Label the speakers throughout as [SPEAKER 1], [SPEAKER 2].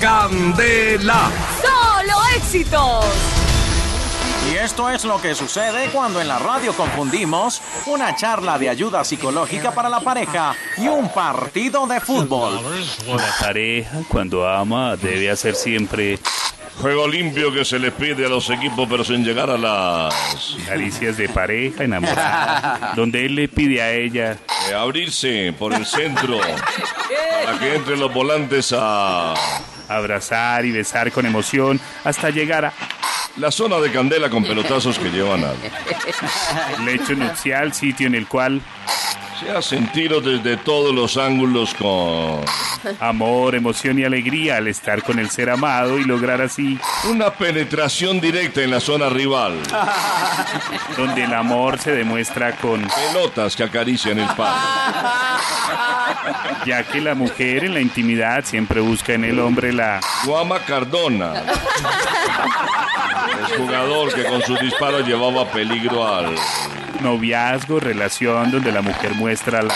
[SPEAKER 1] Candela.
[SPEAKER 2] ¡Solo éxitos!
[SPEAKER 3] Y esto es lo que sucede cuando en la radio confundimos una charla de ayuda psicológica para la pareja y un partido de fútbol.
[SPEAKER 4] La pareja cuando ama debe hacer siempre
[SPEAKER 5] Juego limpio que se les pide a los equipos, pero sin llegar a las.
[SPEAKER 4] caricias de pareja enamorada, donde él le pide a ella
[SPEAKER 5] eh, abrirse por el centro. para que entren los volantes a.
[SPEAKER 4] abrazar y besar con emoción hasta llegar a
[SPEAKER 5] La zona de candela con pelotazos que llevan a.
[SPEAKER 4] lecho nupcial, sitio en el cual
[SPEAKER 5] Se hacen tiros desde todos los ángulos con.
[SPEAKER 4] amor, emoción y alegría al estar con el ser amado y lograr así
[SPEAKER 5] Una penetración directa en la zona rival.
[SPEAKER 4] donde el amor se demuestra con
[SPEAKER 5] Pelotas que acarician el palo.
[SPEAKER 4] ya que la mujer en la intimidad siempre busca en el hombre la
[SPEAKER 5] Guama Cardona. El jugador que con sus disparos llevaba peligro al.
[SPEAKER 4] noviazgo, relación donde la mujer muestra la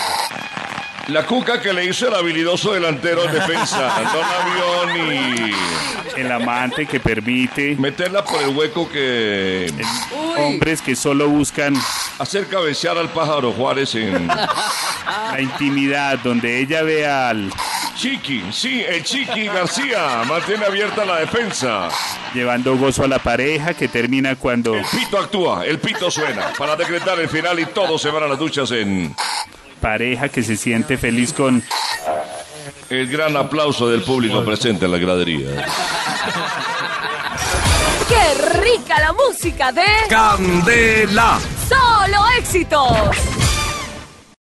[SPEAKER 5] La cuca que le hizo el habilidoso delantero en defensa. Don Avión
[SPEAKER 4] el amante que permite
[SPEAKER 5] y meterla por el hueco que
[SPEAKER 4] hombres que solo buscan
[SPEAKER 5] hacer cabecear al pájaro Juárez en
[SPEAKER 4] la intimidad donde ella ve al
[SPEAKER 5] Chiqui. Sí, el Chiqui García mantiene abierta la defensa.
[SPEAKER 4] llevando gozo a la pareja que termina cuando
[SPEAKER 5] El pito actúa, el pito suena para decretar el final y todos se van a las duchas en
[SPEAKER 4] pareja que se siente feliz con
[SPEAKER 5] el gran aplauso del público presente en la gradería.
[SPEAKER 2] ¡Qué rica la música de
[SPEAKER 1] Candela.
[SPEAKER 2] Solo éxitos!